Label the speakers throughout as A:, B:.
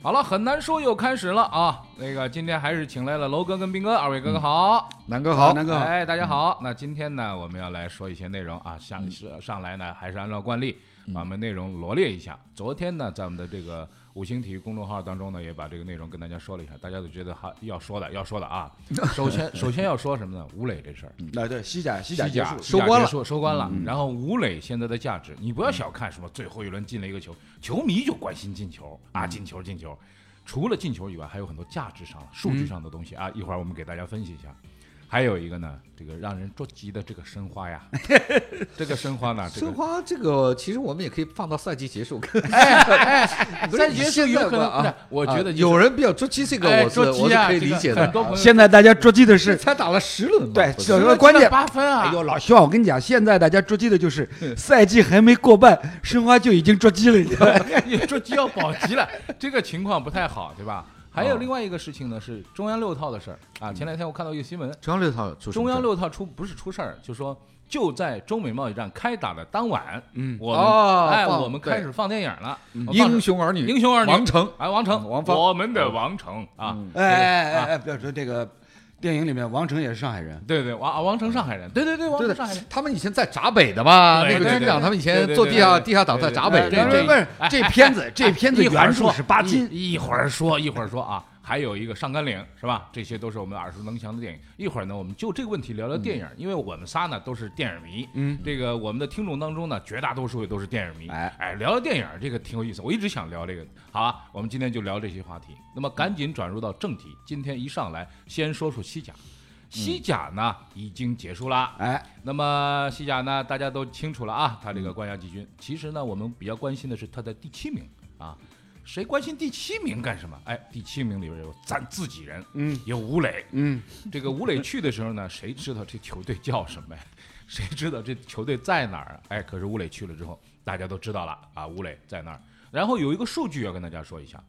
A: 好了，很难说又开始了啊！那个今天还是请来了楼哥跟斌哥，二位哥哥好，
B: 南哥好，
C: 啊南哥好
A: 哎，大家好。那今天呢，我们要来说一些内容啊，上是上来呢，还是按照惯例把我们内容罗列一下。昨天呢，在我们的这个五星体育公众号当中呢，也把这个内容跟大家说了一下，大家都觉得还要说的要说的啊。首先首先要说什么呢？吴磊这事儿，
C: 那哎对西甲西
A: 西甲
C: 结束
A: 西甲
B: 收官
A: 结
B: 了
A: 束收官
B: 嗯
A: 了。然后吴磊现在的价值，你不要小看什么最后一轮进了一个球，球迷就关心进球
B: 嗯
A: 啊，进球进球。除了进球以外，还有很多价值
B: 嗯
A: 上、数据上的东西啊。一会儿我们给大家分析一下。还有一个呢，这个让人着急的这个申花 呀，这个申花呢，这
B: 申
A: 个
B: 花这个其实我们也可以放到赛季结束看，不是
A: 赛季结束
B: 现在
A: 有可能
B: 吧啊
A: 不是，我觉得就
B: 啊
A: 是
B: 有人比较着急，这个
A: 哎
B: 我是
A: 着急啊
B: 我是可以
A: 这个
B: 理解
A: 很多朋
B: 的
A: 友。
C: 现在大家着急的
B: 这
C: 是，
B: 才打了十轮嘛，
C: 对
B: 不，是
C: 有一个关键。
A: 八分啊
C: 哎，呦，老肖，我跟你讲，现在大家着急的就是赛季还没过半，申花就已经着急了，你知道吗？
A: 你说就要保级了，这个情况不太好，对吧？还
B: 啊
A: 有另外一个事情呢，是中央六套的事儿啊。前两天我看到一个新闻，
B: 中央六套出什么
A: 中央
B: 事
A: 六套出哦不是出事儿，就说就在中美贸易战开打的当晚，
C: 嗯
A: 我们、
B: 哦
A: 哎，
B: 放嗯
A: 我们开始放电影了，我放
B: 英雄儿女，
A: 英雄儿女
B: 王成，
A: 哎王成，
B: 王芳嗯
A: 我们的王成啊，
C: 哎哎哎哎，不要说这个电影里面，王成也是上海人，
A: 对对王啊王成上海人，对对对王
B: 对
A: 成上海
B: 的
A: 人，，
B: 他们以前在闸北的嘛，
A: 对
B: 那个
A: 对
B: 军长
A: 对
B: 他们以
A: 对
B: 前
A: 对
B: 做
A: 对
B: 地下
A: 对
B: 地下党
A: 对
B: 在
A: 对
B: 闸北，
A: 对
B: 不是
A: 对
B: 不是哎这片子这片子
A: 哎一会儿
B: 原著
A: 说
B: 是八斤，
A: 一一会儿说一会儿说啊，还有一个上甘岭是吧？这些都是我们耳熟能详的电影。一会儿呢，我们就这个问题聊聊电
B: 嗯
A: 影，因为我们仨呢都是电影迷，
C: 嗯，
A: 这个我们的听众当中呢，绝大多数也都是电影迷，
C: 哎
A: 聊聊电影这个挺有意思，我一直想聊这个。好啊，我们今天就聊这些话题。那么赶紧转入到正题，今天一上来先说说西甲，西甲呢已经结束了，
C: 哎，
A: 那么西甲呢，大家都清楚了啊，他这个冠亚季军。其实呢，我们比较关心的是他在第七名啊。谁关心第七名干什么？哎，第七名里边有咱自己人，
C: 嗯
A: 有吴磊。
C: 嗯，
A: 这个吴磊去的时候呢， 谁知道这球队叫什么呀？ 谁知道这球队在哪儿啊？哎，可是吴磊去了之后，大家都知道了啊，吴磊在那儿。然后有一个数据要跟大家说一下，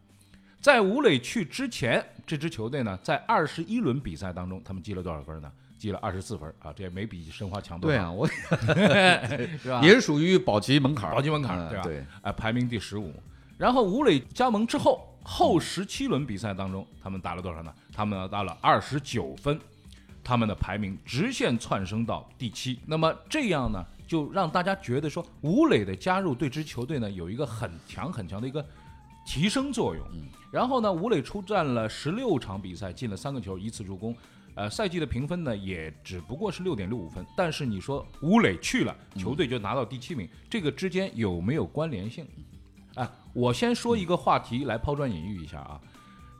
A: 在吴磊去之前，这支球队呢，在二十一轮比赛当中，他们积了多少分呢？积了二十四分啊，这也没比申花强多
B: 对
A: 少，
B: 啊，我
A: 是吧？
B: 也是属于保级门槛儿，
A: 保级门槛儿
B: 嗯
A: 对吧
B: 对，
A: 啊，排名第十五。然后吴磊加盟之后，后十七轮比赛当中，他们打了多少呢？他们打了二十九分，他们的排名直线窜升到第七。那么这样呢，就让大家觉得说，吴磊的加入对支球队呢有一个很强很强的一个提升作用。然后呢，吴磊出战了十六场比赛，进了三个球，一次助攻。呃，赛季的评分呢，也只不过是六点六五分。但是你说吴磊去了，球队就拿到第七名，这个之间有没有关联性？啊，我先说一个话题来抛砖引玉一下啊。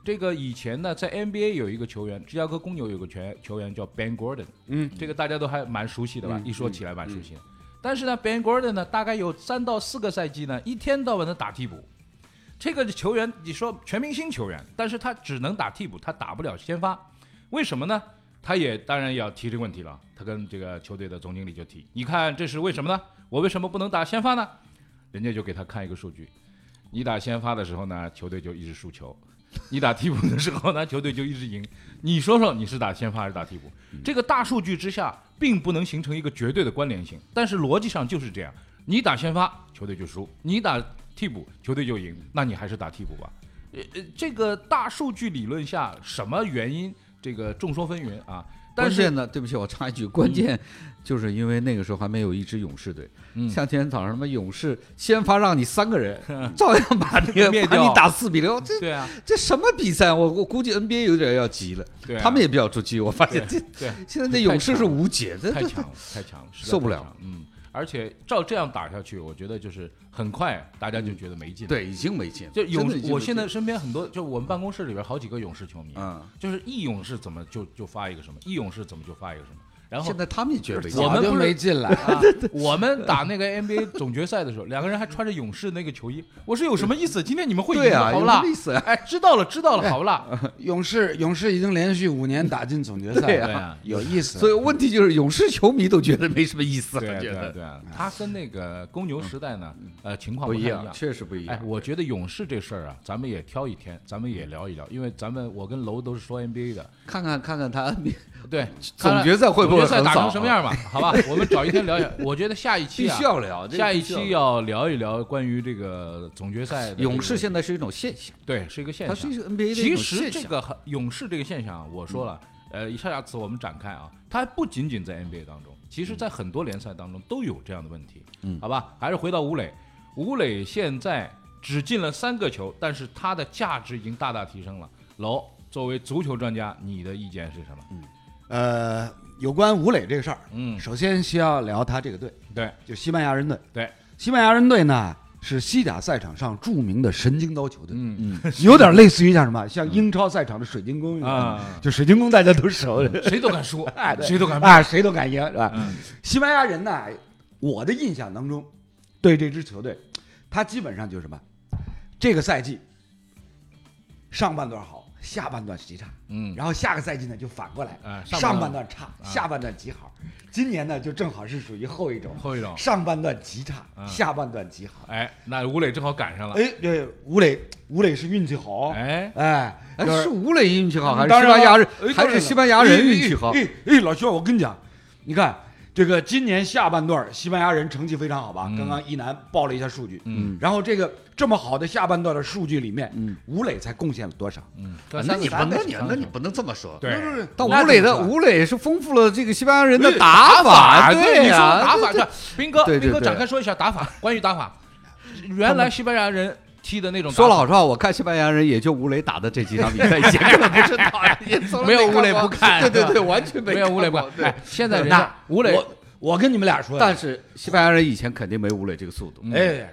A: 这个以前呢，在 NBA 有一个球员，芝加哥公牛有个球员球员叫 Ben Gordon，
C: 嗯，
A: 这个大家都还蛮熟悉的吧？
C: 嗯
A: 一说起来蛮熟悉的。但是呢，Ben Gordon 呢，大概有三到四个赛季呢，一天到晚的打替补。这个球员，你说全明星球员，但是他只能打替补，他打不了先发，为什么呢？他也当然也要提这个问题了，他跟这个球队的总经理就提，你看这是为什么呢？我为什么不能打先发呢？人家就给他看一个数据，你打先发的时候呢，球队就一直输球；你打替补的时候呢，球队就一直赢。你说说你是打先发还是打替补？
B: 嗯
A: 这个大数据之下，并不能形成一个绝对的关联性，但是逻辑上就是这样：你打先发，球队就输；你打替补，球队就赢。那你还是打替补吧。呃呃，这个大数据理论下，什么原因？这个众说纷纭啊。但
B: 关
A: 是
B: 键呢，对不起，我插一句，关键就是因为那个时候还没有一支勇士队，
A: 嗯
B: 像今天早上他妈勇士先发让你三 个人，照样把那个
A: 嗯灭
B: 把
A: 掉
B: 你打四比六，这
A: 对啊，
B: 这什么比赛？我我估计 NBA 有点要急了，
A: 对啊
B: 他们也比较着急，我发现这
A: 对，啊
B: 现在这勇士是无解，这
A: 太
B: 这
A: 强了，太强了，实在
B: 受不
A: 太
B: 了
A: 强。嗯，而且照这样打下去，我觉得就是很快大家就觉得没劲了。
B: 嗯对已经没劲了，
A: 就勇
B: 真的已，经
A: 我
B: 没
A: 现
B: 劲
A: 在
B: 了
A: 身边很多，就我们办公室里边好几个勇士球迷，
B: 嗯，
A: 就是一勇士怎么就就发一个什么，一勇士怎么就发一个什么，然后
B: 嗯现在他们也觉得没劲
A: 我
B: 了
A: 们
C: 早
A: 不
C: 就是没进来，
A: 啊，我们打那个 NBA 总决赛的时候，两个人还穿着勇士那个球衣，我说有什么意思？今天你们会赢
B: 对
A: 的，
B: 啊，
A: 好
B: 有
A: 不
B: 什
A: 啦
B: 么？意思啊？
A: 哎，知道了，知道了，好不啦？
C: 勇士勇士已经连续五年打进总决赛，
B: 对
A: 啊对 啊
C: 有意思，
B: 所以问题就是勇士球迷都觉得没什么意思，我
A: 对啊
B: 觉
A: 对啊
B: 得嗯
A: 对啊，他跟那个公牛时代呢，呃，情况
B: 不
A: 太
B: 一
A: 一
B: 样，确实不一
A: 哎
B: 样，。
A: 我觉得勇士这事儿啊，咱们也挑一天，咱们也聊一聊，因为咱们我跟楼都是说 NBA 的，
B: 看看看看他 NBA
A: 对，
B: 总决赛会不会
A: 决赛打成
B: 很早啊
A: 什么样 嘛？好吧，我们找一天聊一聊。我觉得下一期
B: 必
A: 啊
B: 须，要聊，这个
A: 下一
B: 必须要
A: 期
B: 聊。
A: 要聊一聊关于这个总决赛的这
B: 勇
A: 个
B: 士现在是一种现象，
A: 对是一个现
B: 它
A: 象，
B: 是一个 NBA 的一
A: 其
B: 种
A: 实
B: 现
A: 这
B: 象。
A: 个很勇士这个现象啊，我说了，呃，以下此我们展开啊，它不仅仅在 NBA 当中，其实在很多联赛当中都有这样的问题，
B: 嗯
A: 好吧，还是回到吴磊，吴磊现在只进了三个球，但是他的价值已经大大提升了。楼，作为足球专家，你的意见是什么？
C: 呃，有关吴磊这个事儿，
A: 嗯，
C: 首先需要聊他这个队，
A: 对，
C: 就西班牙人队。
A: 对，
C: 西班牙人队呢是西甲赛场上著名的神经刀球队，
A: 嗯
C: 有点类似于像什么，像英超赛场的水晶宫一样，
A: 啊，
C: 就水晶宫大家都熟的，
A: 谁都敢输
C: 嗯哎，对
A: 谁都敢
C: 啊，谁都敢赢是吧？
A: 嗯
C: 西班牙人呢，我的印象当中，对这支球队，他基本上就是什么，这个赛季上半段好，下半段极差，
A: 嗯，
C: 然后下个赛季呢就反过来，
A: 啊，
C: 上半
A: 半
C: 段差，
A: 啊
C: 下半段极好。今年呢就正好是属于后一种，
A: 后一种，
C: 上半段极差，
A: 嗯
C: 下半段极好。
A: 哎，那吴磊正好赶上了，
C: 哎，对，吴磊，吴磊是运气好，
A: 哎，
C: 哎，
B: 哎，
C: 就是
B: 吴磊运气好，还是
C: 当
B: 西
C: 然
B: 班牙人
C: 了哎，
B: 还
C: 当然
B: 是
C: 了
B: 西班牙人运气好？
C: 哎哎，哎老薛，我跟你讲，你看这个今年下半段西班牙人成绩非常好吧？
A: 嗯
C: 刚刚一楠报了一下数据，
A: 嗯
C: 然后这个这么好的下半段的数据里面，
B: 嗯
C: 吴磊才贡献了多少？
A: 嗯，
B: 啊那你不
A: 三个
B: 那你
A: 球
B: 那你不能这么说。
A: 对
C: 不是不是
B: 但
C: 那
B: 吴磊
C: 怎
B: 的
C: 么说
B: 吴磊是丰富了这个西班牙人的打
A: 啊法，
B: 啊对
A: 你说
B: 呀，
A: 打法，对，斌哥，
B: 对对
A: 斌哥
B: 对
A: 展开说一下打法，关于打法，原来西班牙人踢的那种打法，
B: 说了好说好，我看西班牙人也就吴磊打的这几场比 赛，以前根本不是讨厌，从来
A: 没有
B: 看
A: 吴磊
B: 过
A: 不看
B: 对对
A: 是吧
B: 对，完全
A: 没
B: 看
A: 有
B: 过
A: 吴磊不管，
B: 对
A: 哎，现在人
C: 那
A: 家吴磊
C: 我我跟你们俩说，
B: 但是西班牙人以前肯定没吴磊这个速度，
A: 嗯
C: 哎，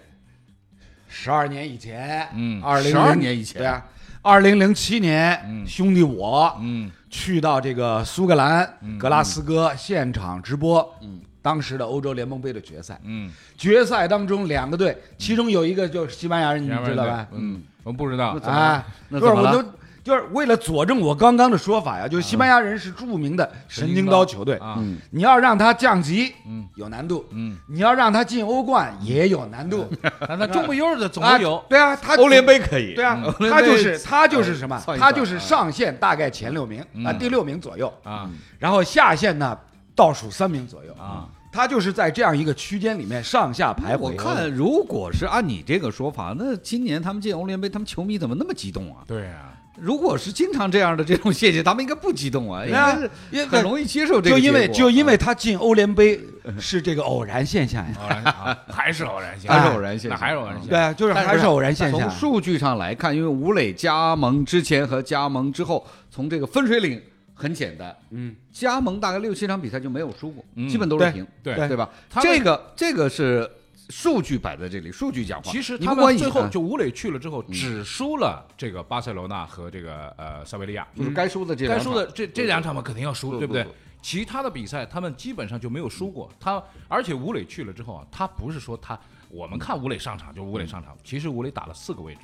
C: 十二年以前，
A: 嗯
C: 二零
B: 12年以前
C: 对啊，二零零七年，
A: 嗯
C: 兄弟我，
A: 嗯
C: 去到这个苏格兰、
A: 嗯
C: 格拉斯哥现场直播，
B: 嗯，
C: 当时的欧洲联盟杯的决赛，
A: 嗯，
C: 决赛当中两个队，其中有一个就是西班牙人，你
A: 前面
C: 知道吧
A: 对？嗯，我不知道
B: 那，怎么
C: 啊，
B: 那
C: 就是
B: 怎么
C: 我
B: 了
C: 都就是为了佐证我刚刚的说法呀，就是西班牙人是著名的神经刀球队，
A: 啊，
B: 嗯
C: 你要让他降级
A: 嗯
C: 有难度，
A: 嗯，
C: 你要让他进欧冠也有难度，
A: 那那中不悠的总
C: 啊
A: 会有，
C: 对啊，他
B: 欧联杯可以，
C: 对啊
A: 嗯，
C: 他就是他就是什么
B: 算？啊一算
C: 他就是上线大概前六名
A: 嗯
C: 啊，第六名左右，
A: 啊
C: 然后下线呢倒数三名左右
B: 嗯
A: 啊。
C: 他就是在这样一个区间里面上下
B: 哎，
C: 徘徊。啊
B: 我看如果是按你这个说法，那今年他们进欧联杯，他们球迷怎么那么激动啊？
A: 对啊，
B: 如果是经常这样的这种现象，他们应该不激动啊，应
C: 对啊
B: 该是
C: 因为
B: 很容易接受这个
C: 就因为
B: 结果啊嗯
C: 就因为他进欧联杯是这个偶然现象呀，
A: 偶然啊还是偶然性， 哎
B: 还是偶然现
A: 那
B: 象，
A: 还是偶然性，
C: 对，啊，就是
B: 嗯但是
C: 还是偶然现象
B: 从。数据上来看，因为吴磊加盟之前和加盟之后，从这个分水岭很简单，
C: 嗯，
B: 加盟大概六七场比赛就没有输过，
A: 嗯
B: 基本都是平，
A: 对
C: 对
B: 对吧？
A: 他们
B: 这个这个是数据摆在这里，数据讲话。
A: 其实
B: 你
A: 他
B: 不管
A: 们
B: 以啊嗯
A: 最后
B: 前
A: 就吴磊去了之后，只输了这个巴塞罗那和这个呃塞维利亚，
B: 就是该输的
A: 该
B: 这两
A: 输
B: 场
A: 的这这两场嘛，肯定要输，
B: 不
A: 对不对嗯
B: 不不？
A: 其他的比赛他们基本上就没有输过。他而且吴磊去了之后啊，他不是说他我们看吴磊上场就吴磊上场，其实吴磊打了四个位置，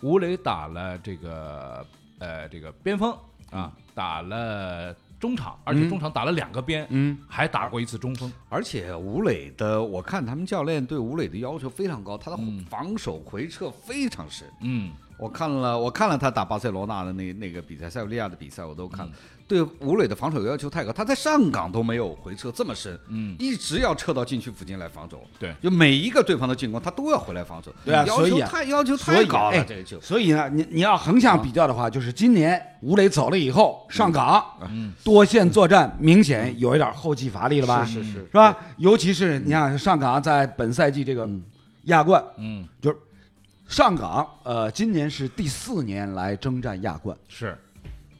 A: 吴磊打了这个呃这个边锋啊，打了中场，而且中场打了两个边，
C: 嗯，
A: 还打过一次中锋。
B: 而且吴磊的，我看他们教练对吴磊的要求非常高，他的
A: 嗯
B: 防守回撤非常深。
A: 嗯，
B: 我看了，我看了他打巴塞罗那的那那个比赛，塞维利亚的比赛我
C: 嗯
B: 都看了。对吴磊的防守要求太高，他在上港都没有回撤这么深，
A: 嗯，
B: 一直要撤到禁区附近来防守。
A: 对
B: 就每一个对方的进攻，他都要回来防守。
C: 对啊
B: 要
C: 所
B: 求
C: 以啊
B: 太要求
C: 所
B: 太
C: 以
B: 高了，
C: 哎
B: 这个就
C: 所以呢，你你要横向比较的话，就是今年吴磊走了以后上港，
B: 嗯
C: 多线作战明显有一点后继乏力了吧？嗯
B: 是是是
C: 是吧？尤其是你看上港在本赛季这个亚冠，
A: 嗯，
C: 就是上港，呃，今年是第四年来征战亚冠，
A: 是，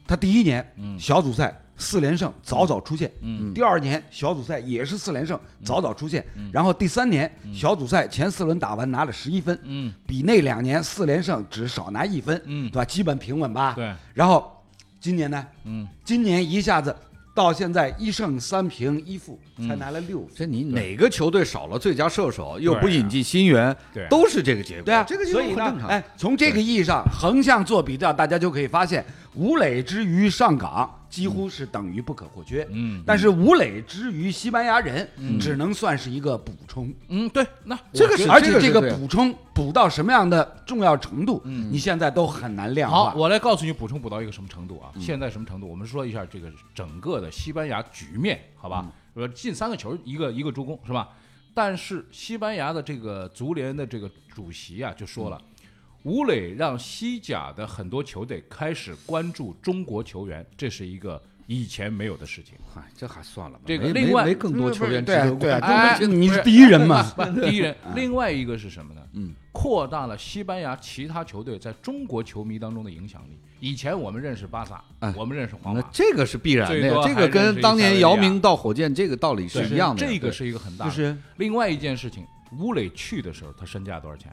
C: 他第一年
A: 嗯
C: 小组赛四连胜，早早出线。
A: 嗯
C: 第二年小组赛也是四连胜，早早出线。然后第三年小组赛前四轮打完拿了十一分，
A: 嗯，
C: 比那两年四连胜只少拿一分，
A: 嗯
C: 对吧？基本平稳吧。
A: 对，
C: 然后今年呢？
A: 嗯，
C: 今年一下子到现在一胜三平一负，
A: 嗯
C: 才拿了六分。
B: 这你哪个球队少了最佳射手，又不
A: 对啊
B: 引进新援
A: 对啊，
B: 都是这个结果。
C: 对啊，
B: 这个就
C: 所以
B: 很
C: 呢
B: 正，常。
C: 哎，从这个意义上横向做比较，大家就可以发现，吴磊之于上港，几乎是等于不可或缺。
A: 嗯
C: 但是吴磊之于西班牙人，
B: 嗯
C: 只能算是一个补充。
A: 嗯，对，那
B: 这个是
C: 而且
B: 这
C: 这个
B: 个是对
C: 补充补到什么样的重要程度，
B: 嗯
C: 你现在都很难量
A: 好
C: 化，。
A: 我来告诉你补充补到一个什么程度啊？现在什么程度？我们说一下这个整个的西班牙局面，好吧？呃，进三个球，一个一个助攻，是吧？但是西班牙的这个足联的这个主席啊，就说了，吴磊让西甲的很多球队开始关注中国球员，这是一个以前没有的事情。
B: 嗨，哎这还算了吧。
A: 这个
B: 没
A: 另
B: 没
A: 外
B: 没更多球员
C: 对啊
B: 值得
C: 对啊，
B: 关注
A: 哎
C: 中国你
A: 不
C: 是
A: 是
C: 第一人嘛，
A: 第一人，另外一个是什么呢？嗯，扩大了西班牙其他球队在中国球迷当中的影响力。以前我们认识巴萨
B: 哎，
A: 我们认识皇
B: 那
A: 马，
B: 这个是必然的
A: 最
B: 呀
A: 多，还
B: 这个
A: 认识
B: 跟
A: 一
B: 当年
A: 塞维利
B: 姚
A: 亚
B: 明到火箭这个道理是
A: 对
B: 一样的呀。
A: 这个
B: 对
A: 是一个很大
C: 就
A: 的。
C: 是
A: 另外一件事情，吴磊去的时候，他身价多少钱？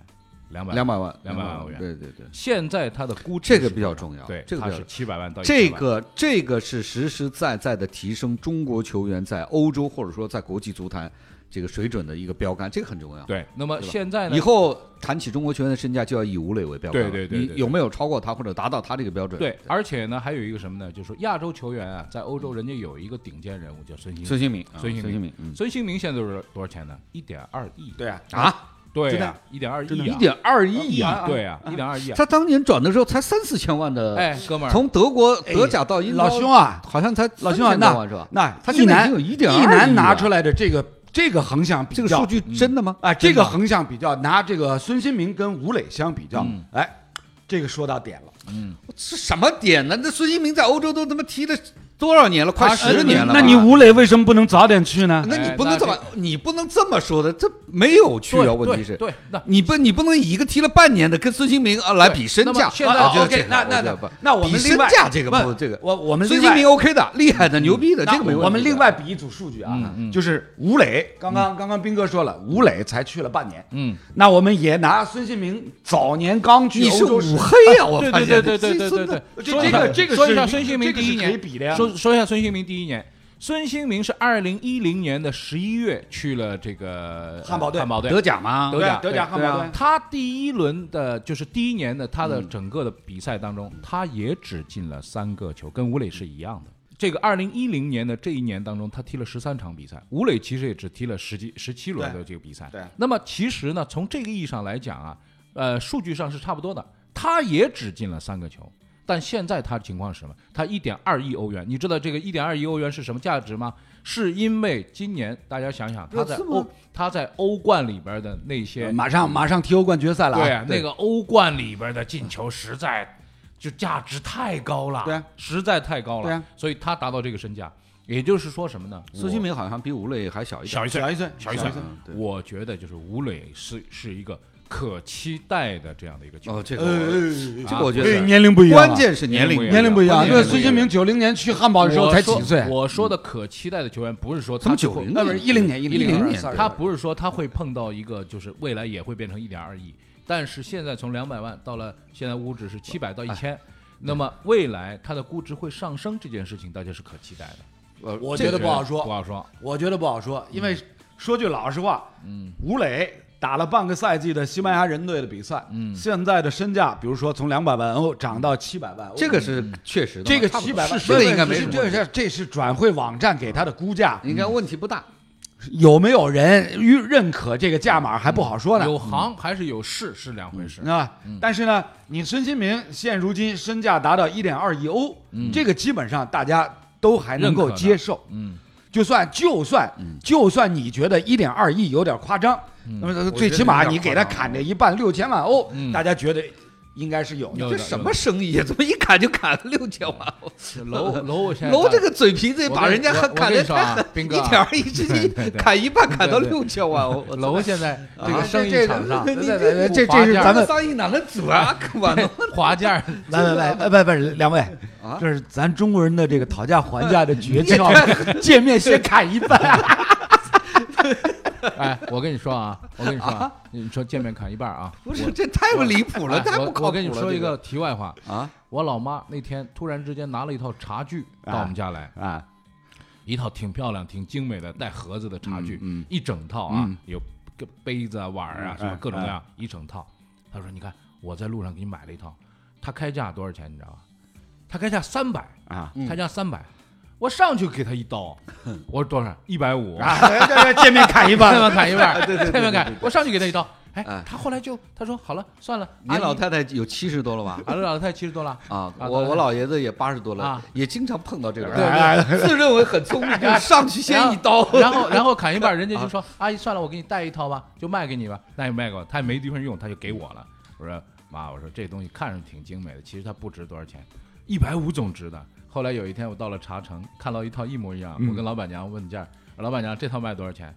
A: 两百
B: 两。百万，嗯
A: 200万欧元
B: 对对对，
A: 现在他的估值
B: 这个
A: 是
B: 比较重要。
A: 对，
B: 这个
A: 他
B: 比较
A: 是七百万到
B: 这
A: 100万
B: 个这个是实实在在的提升中国球员在欧洲或者说在国际足坛这个水准的一个标杆，这个很重要。
A: 对。那么
B: 对吧
A: 现在呢
B: 以？后谈起中国球员的身价，就要以吴磊为标杆了。
A: 对对对对对
B: 你有没有超过他或者达到他这个标准？
A: 对，而且呢，还有一个什么呢？就是说亚洲球员啊，在欧洲人家有一个顶尖人物叫孙兴民。
B: 孙兴民，啊
A: 孙兴民
B: 孙兴民，嗯
A: 孙兴民现在是多少钱呢？一点二亿。
C: 对啊，
B: 啊，
A: 对
C: 真的
A: 呀，一点二亿啊，
B: 一点二亿啊！
C: 啊
A: 对呀，一点二亿啊。
B: 他当年转的时候才三四千万的，
A: 哎，哥们儿，
B: 从德国德甲到英超，
C: 老兄啊，
B: 好像才
C: 老兄
B: 3000
C: 啊，
B: 多
C: 那
B: 万是吧？
C: 那
B: 他
C: 一
B: 现在已
C: 男
B: 经有一点
C: 一男拿出来的这个这个横向比
B: 这
C: 较，
B: 个数据真的吗？
C: 啊，这
A: 真的
C: 个横向比较，拿这个孙兴民跟吴磊相比较，哎，这个说到点了，
B: 是什么点呢？哎这孙兴民在欧洲都他妈踢了多少年了？快十年了吧。
D: 那你吴磊为什么不能早点去呢？
B: 那你不能
A: 哎那
B: 这么，你不能这么说的，这没有趣啊！
A: 对
B: 问题是，
A: 对，对那
B: 你不你不能以一个踢了半年的跟孙兴民啊来比身
A: 那
B: 价。
A: 么现在
B: 啊我觉得
C: OK，
B: 这个
C: 那那
B: 我觉得
C: 那
B: 不
C: 那我们
B: 比身
C: 另外
B: 价这个不
C: 问
B: 这个，
C: 我我们
B: 孙
C: 另
B: 兴
C: 外嗯
B: 民 OK 的，厉害的，牛逼的，
C: 那
B: 这个没问题。
C: 我们另外比一组数据啊
A: 嗯，嗯
C: 就是吴磊，刚刚刚刚斌哥说了，吴磊才去了半年，
A: 嗯，
C: 那我们也拿孙兴民早年刚去
B: 你
C: 欧
B: 是
C: 洲
B: 五
C: 时，
B: 黑呀！我
A: 对
B: 发
A: 对
B: 现
A: 对对对对对对，
C: 这
A: 说一
C: 这
A: 下
C: 个这个
A: 说一
C: 是
A: 下
C: 比
A: 孙兴
C: 这
A: 民
C: 个
A: 第一
C: 是可以
A: 年
C: 比的呀
A: 说说一下孙兴民第一年，孙兴民是二零一零年的十一月去了这个
C: 汉堡队
A: 汉堡队
B: 德甲吗？
A: 德甲
C: 对德甲汉
A: 对
C: 堡
A: 对
C: 队
A: 啊他第一轮的就是第一年的他的整个的比赛当中，他也只进了三个球，跟吴磊是一样的。这个二零一零年的这一年当中，他踢了十三场比赛，吴磊其实也只踢了十几十七轮
C: 对
A: 的这个比赛。
C: 对
A: 那么其实呢，从这个意义上来讲啊，呃，数据上是差不多的，他也只进了三个球。但现在他的情况是什么？他一点二亿欧元，你知道这个一点二亿欧元是什么价值吗？是因为今年大家想想，他在
B: 热刺吗
A: 欧他在欧冠里边的那些
C: 马上马上踢欧冠决赛了啊，
A: 嗯对啊，那个欧冠里边的进球实在就价值太高了，
C: 对啊
A: 实在太高了，
C: 对啊
A: 所以他达到这个身价，也就是说什么呢？
B: 孙兴民好像比吴磊还小一点。
A: 小一岁，
C: 小一岁，
A: 小一岁
B: 嗯对，
A: 我觉得就是吴磊是是一个可期待的这样的一个球
B: 哦，
A: 员。
B: 这个
C: 呃，
B: 我
C: 呃
B: 这个我觉
C: 呃
B: 得
C: 年龄不一样啊，
B: 关键是年龄
A: 年龄
C: 年龄不一样。
B: 关
C: 因
B: 键
C: 为
B: 是
C: 孙兴民九零年去汉堡的时候
A: 我
C: 哦才
A: 说
C: 几岁？
A: 我说的可期待的球员，不是说
B: 他们
A: 最后
B: 九零
C: 那不是一零年，一
B: 10年
C: 年，sorry，
A: 他不是说他会碰到一个，就是未来也会变成一点二亿，但是现在从两百万到了现在估值是七百到一千，那么未来它的估值会上升这件事情，大家是可期待的。
B: 呃
C: 我
B: 这
C: 觉
B: 个
C: 得不好说
A: 不好说。
C: 我觉得不好说，因为说句老实话，吴磊打了半个赛季的西班牙人队的比赛，现在的身价，比如说从两百万欧涨到七百万欧，
B: 这个是确实的嘛，
C: 这个
B: 差不
C: 七
B: 多
C: 百万，
B: 是这个应该没什么
C: 这
B: 问题，嗯
C: 是这是转会网站给他的估价，
B: 应该问题不大。
C: 有没有人认认可这个价码还不好说呢。
A: 嗯有行还是有市是两回事。
C: 啊，但是呢，你孙兴民现如今身价达到一点二亿欧，这个基本上大家都还能够
A: 认可的
C: 接受。
A: 嗯，
C: 就算就算就算你觉得一点二亿有点夸张，那么呃最起码你给他砍这一半六千万欧，大家觉得应该是有的。
A: 有
B: 这
A: 的
B: 什么生意啊？怎么一砍就砍了六千万？
A: 楼 楼，我现在
B: 楼这个嘴皮子也把人家
A: 我跟
B: 砍
A: 我跟
B: 的
A: 你说
B: 太
A: 啊
B: 狠，一
A: 斌哥啊
B: 点儿一之一
A: 对对对
B: 砍一半，砍到
A: 对对
B: 六千万哦。我操
A: 楼现在这个
B: 啊
A: 生意
B: 这
A: 场上，对
B: 这你
A: 对对
B: 这
C: 这
A: 划
C: 这是
A: 价
C: 咱们
B: 生意哪能做啊？可完了
A: 划价，
C: 来来来，不不是两位
B: 啊，
C: 这是咱中国人的这个讨价还价的诀窍， 见面先砍一半。
A: 哎，我跟你说啊，我跟你说啊，你说见面砍一半啊。
B: 不是，这太不离谱了，
A: 哎
B: 太不
A: 我
B: 靠谱了。
A: 我跟你说一
B: 这
A: 个题外话，
B: 啊，
A: 我老妈那天突然之间拿了一套茶具
C: 啊
A: 到我们家来，
C: 啊，
A: 一套挺漂亮、挺精美的带盒子的茶具，
B: 嗯嗯
A: 一整套啊，
B: 嗯
A: 有个杯子啊、碗儿啊，
C: 嗯
A: 什么
C: 嗯
A: 各种各样、一整套。他说：“你看，我在路上给你买了一套，他开价多少钱？你知道吧？他开价三百，
E: 啊，
A: 他加三百，我上去给他一刀，我说多少？一百五，
C: 见面砍一
A: 这
C: 半，
A: 边砍一半，
B: 对对对
A: 这边
B: 对
A: 砍，我上去给他一刀。哎
B: 哎，
A: 他后来就他说好了，算了，
B: 您老
A: 太
B: 太太有七十多了吧？
A: 俺老太七十多了，
B: 啊，
A: 啊
B: 我
A: 对
B: 我老爷子也八十多了
A: 啊，
B: 也经常碰到这种
A: 对
B: 人，啊自认为很聪明，就上去先一刀，
A: 然后然后砍一半，人家就说阿姨算了，我给你带一套吧，就卖给你吧，那也卖给我，他也没地方用，他就给我了。我说妈，我说这东西看上去挺精美的，其实它不值多少钱，一百五总值的。后来有一天我到了茶城，看到一套一模一样，我跟老板娘问价，老板娘这套卖多少钱？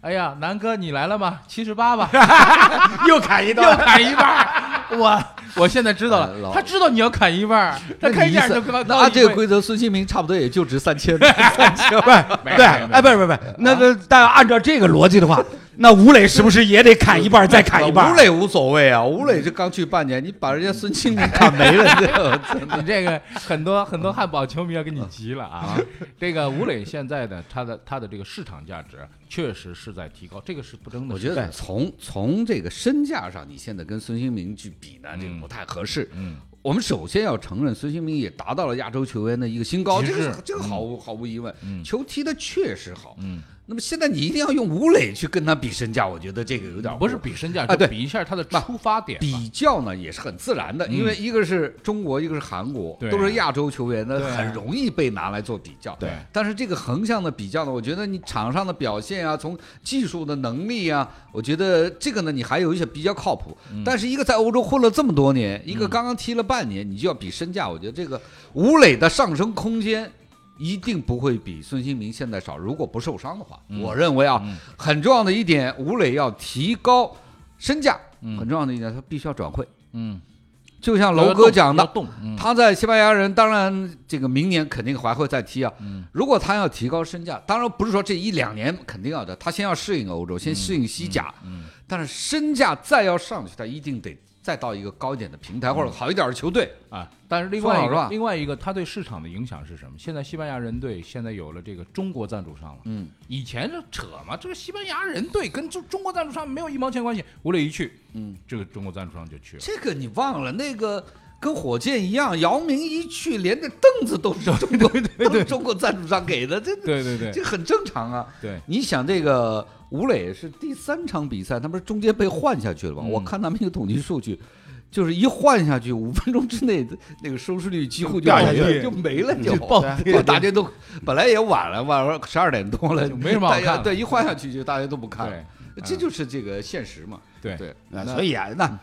A: 哎呀，南哥你来了吗？七十八吧，
C: 又砍一刀。
A: 又砍一半儿。我我现在知道
B: 哎
A: 了，
B: 老
A: 他知道你要砍一半儿，他开价就高
B: 那你按这个
A: 规
B: 规则，孙兴民差不多也就值三千。啊
A: 没
C: 对，
A: 没
C: 哎，不是不是不是，那那但按照这个逻辑的话，那吴磊是不是也得砍一半再砍一半？
B: 吴磊无所谓啊，吴磊这刚去半年，你把人家孙兴民砍没 了，这
A: 你这个很多很多汉堡球迷要跟你急了啊！
B: 嗯
A: 这个吴磊现在的他的他的这个市场价值确实是在提高，这个是不争的
B: 我
A: 事情。
B: 觉得从从这个身价上，你现在跟孙兴民去比呢，这个
A: 嗯
B: 不太合适。
A: 嗯，
B: 我们首先要承认，孙兴民也达到了亚洲球员的一个新高，
A: 极
B: 这个
A: 致
B: 是这个毫无毫无疑问
A: 嗯，
B: 球踢的确实好。
A: 嗯，
B: 那么现在你一定要用吴磊去跟他比身价，我觉得这个有点
A: 不是比身价，
B: 啊对
A: 就比一下他的
B: 那
A: 出发点吧。
B: 比较呢也是很自然的，
A: 嗯
B: 因为一个是中国，一个是韩国，
A: 对啊
B: 都是亚洲球员呢
A: 对，啊
B: 很容易被拿来做比较。
A: 对
B: 但是这个横向的比较呢，我觉得你场上的表现啊，从技术的能力啊，我觉得这个呢你还有一些比较靠谱。
A: 嗯
B: 但是一个在欧洲混了这么多年，一个刚刚踢了半年，你就要比身价，我觉得这个吴磊的上升空间。一定不会比孙兴民现在少，如果不受伤的话，
A: 嗯
B: 我认为啊，
A: 嗯
B: 很重要的一点，吴磊要提高身价，
A: 嗯呃
B: 很重要的一点，他必须要转会。
A: 嗯，
B: 就像
A: 要
B: 楼哥
A: 动
B: 讲
A: 要
B: 的，
A: 动，嗯
B: 他在西班牙人，当然这个明年肯定还会再踢啊。
A: 嗯
B: 如果他要提高身价，当然不是说这一两年肯定要的，他先要适应欧洲，先适应西甲，
A: 嗯
B: 但是身价再要上去，他一定得再到一个高一点的平
A: 嗯
B: 台、或者好一点的球队。
A: 啊，但是另
B: 说
A: 外
B: 好
A: 一
B: 是吧
A: 个另外一个他对市场的影响是什么？现在西班牙人队现在有了这个中国赞助商了。
B: 嗯，
A: 以前就扯嘛，这个西班牙人队跟中中国赞助商没有一毛钱关系。吴磊一去，
B: 嗯，
A: 这个中国赞助商就去 了。
B: 这个你忘了那个。跟火箭一样，姚明一去，连这凳子都是中国都是中国赞助商给的，这
A: 对对对
B: 这很正常啊。
A: 对，
B: 你想这个吴磊是第三场比赛，他不是中间被换下去了吗？
A: 嗯
B: 我看他们一个统计数据，就是一换下去五分钟之内，那个收视率几乎就
C: 掉下去
B: 就没了，就
C: 暴跌
B: 我大家都本来也晚了，晚上十二点多了，
A: 就没什么好
B: 大家
A: 看了
B: 对，一换下去就大家都不看
A: 对嗯
B: 了，这就是这个现实嘛。
A: 对
B: 对，
C: 啊所以啊，那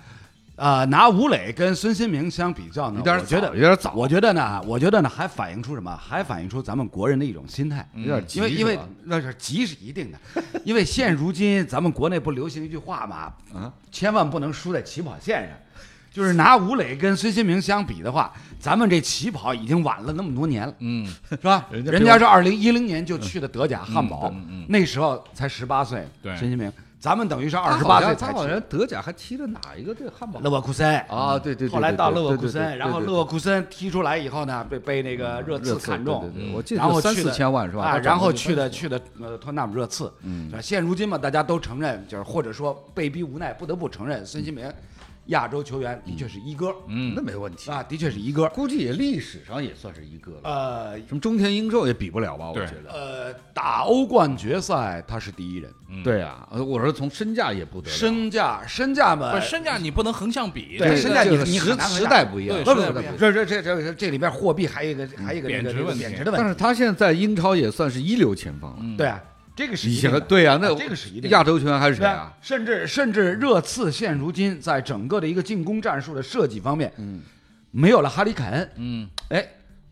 C: 啊，拿吴磊跟孙兴民相比较呢，
B: 有点
C: 我觉
B: 早
C: 得
B: 有点早
C: 我觉得呢，我觉得呢，还反映出什么？还反映出咱们国人的一种心态，
B: 有点急
C: 因为
B: 是
C: 因为
B: 吧
C: 那是急是一定的，因为现如今咱们国内不流行一句话嘛，
B: 啊，
C: 千万不能输在起跑线上。就是拿吴磊跟孙兴民相比的话，咱们这起跑已经晚了那么多年了，
A: 嗯，
C: 是吧？
B: 人家
C: 人家是二零一零年就去的德甲汉堡，
A: 嗯嗯嗯
C: 那时候才十八岁，
A: 对
C: 孙兴民，咱们等于是
B: 他
C: 二十
B: 好
C: 八
B: 像
C: 岁
B: 他
C: 才
B: 好
C: 去
B: 像。德甲还踢了哪一个队？汉堡
C: 勒沃库森
B: 啊，对对，对
C: 后来
B: 对
C: 到
B: 对
C: 勒沃
B: 对
C: 库
B: 对对
C: 森，
B: 对
C: 然后
B: 对
C: 勒沃库森踢出来以后呢，被被那个热刺看中，
B: 对对对
A: 嗯
B: 我记得
C: 然后
B: 三
C: 去
B: 四
C: 的
B: 千万是吧？
C: 啊，
B: 他
C: 然后
B: 涨
C: 去
B: 了
C: 的去的呃托纳姆热刺，嗯，现如今嘛，大家都承认，就是或者说被逼无奈，不得不承认，孙兴民亚洲球员的确是一哥，
B: 那没问题，
C: 啊，的确是一哥，
B: 嗯估计也历史上也算是一个了。
C: 呃
B: 什么中田英寿也比不了吧？我
A: 对
B: 觉得。
C: 呃，打欧冠决赛他是第一人，
B: 对啊，呃我说从身价也不得了。
C: 嗯身价身价嘛
B: 呃
A: 不，是身价你不能横向比，这
C: 对
A: 个
C: 身价
B: 就
C: 你
B: 是
C: 你
B: 时
C: 很难衡
B: 时
C: 量
B: 代不一样，
A: 对
C: 不
A: 时
C: 不
A: 代不
C: 不
A: 一样，
C: 这这这这这里边货币还有一个还
B: 嗯
C: 有一个
A: 贬
C: 这
A: 值
C: 个
A: 问题
C: 贬值的问
B: 但
C: 题，
B: 是他现在在英超也算是一流前锋了。
A: 嗯
C: 对啊，这个是
B: 以
C: 一定的
B: 前对啊，那
C: 这个是一定的
B: 亚洲球员还是谁
C: 对
B: 啊？
C: 甚至甚至热刺现如今在整个的一个进攻战术的设计方面，
B: 嗯，
C: 没有了哈里肯，
A: 嗯，
C: 哎，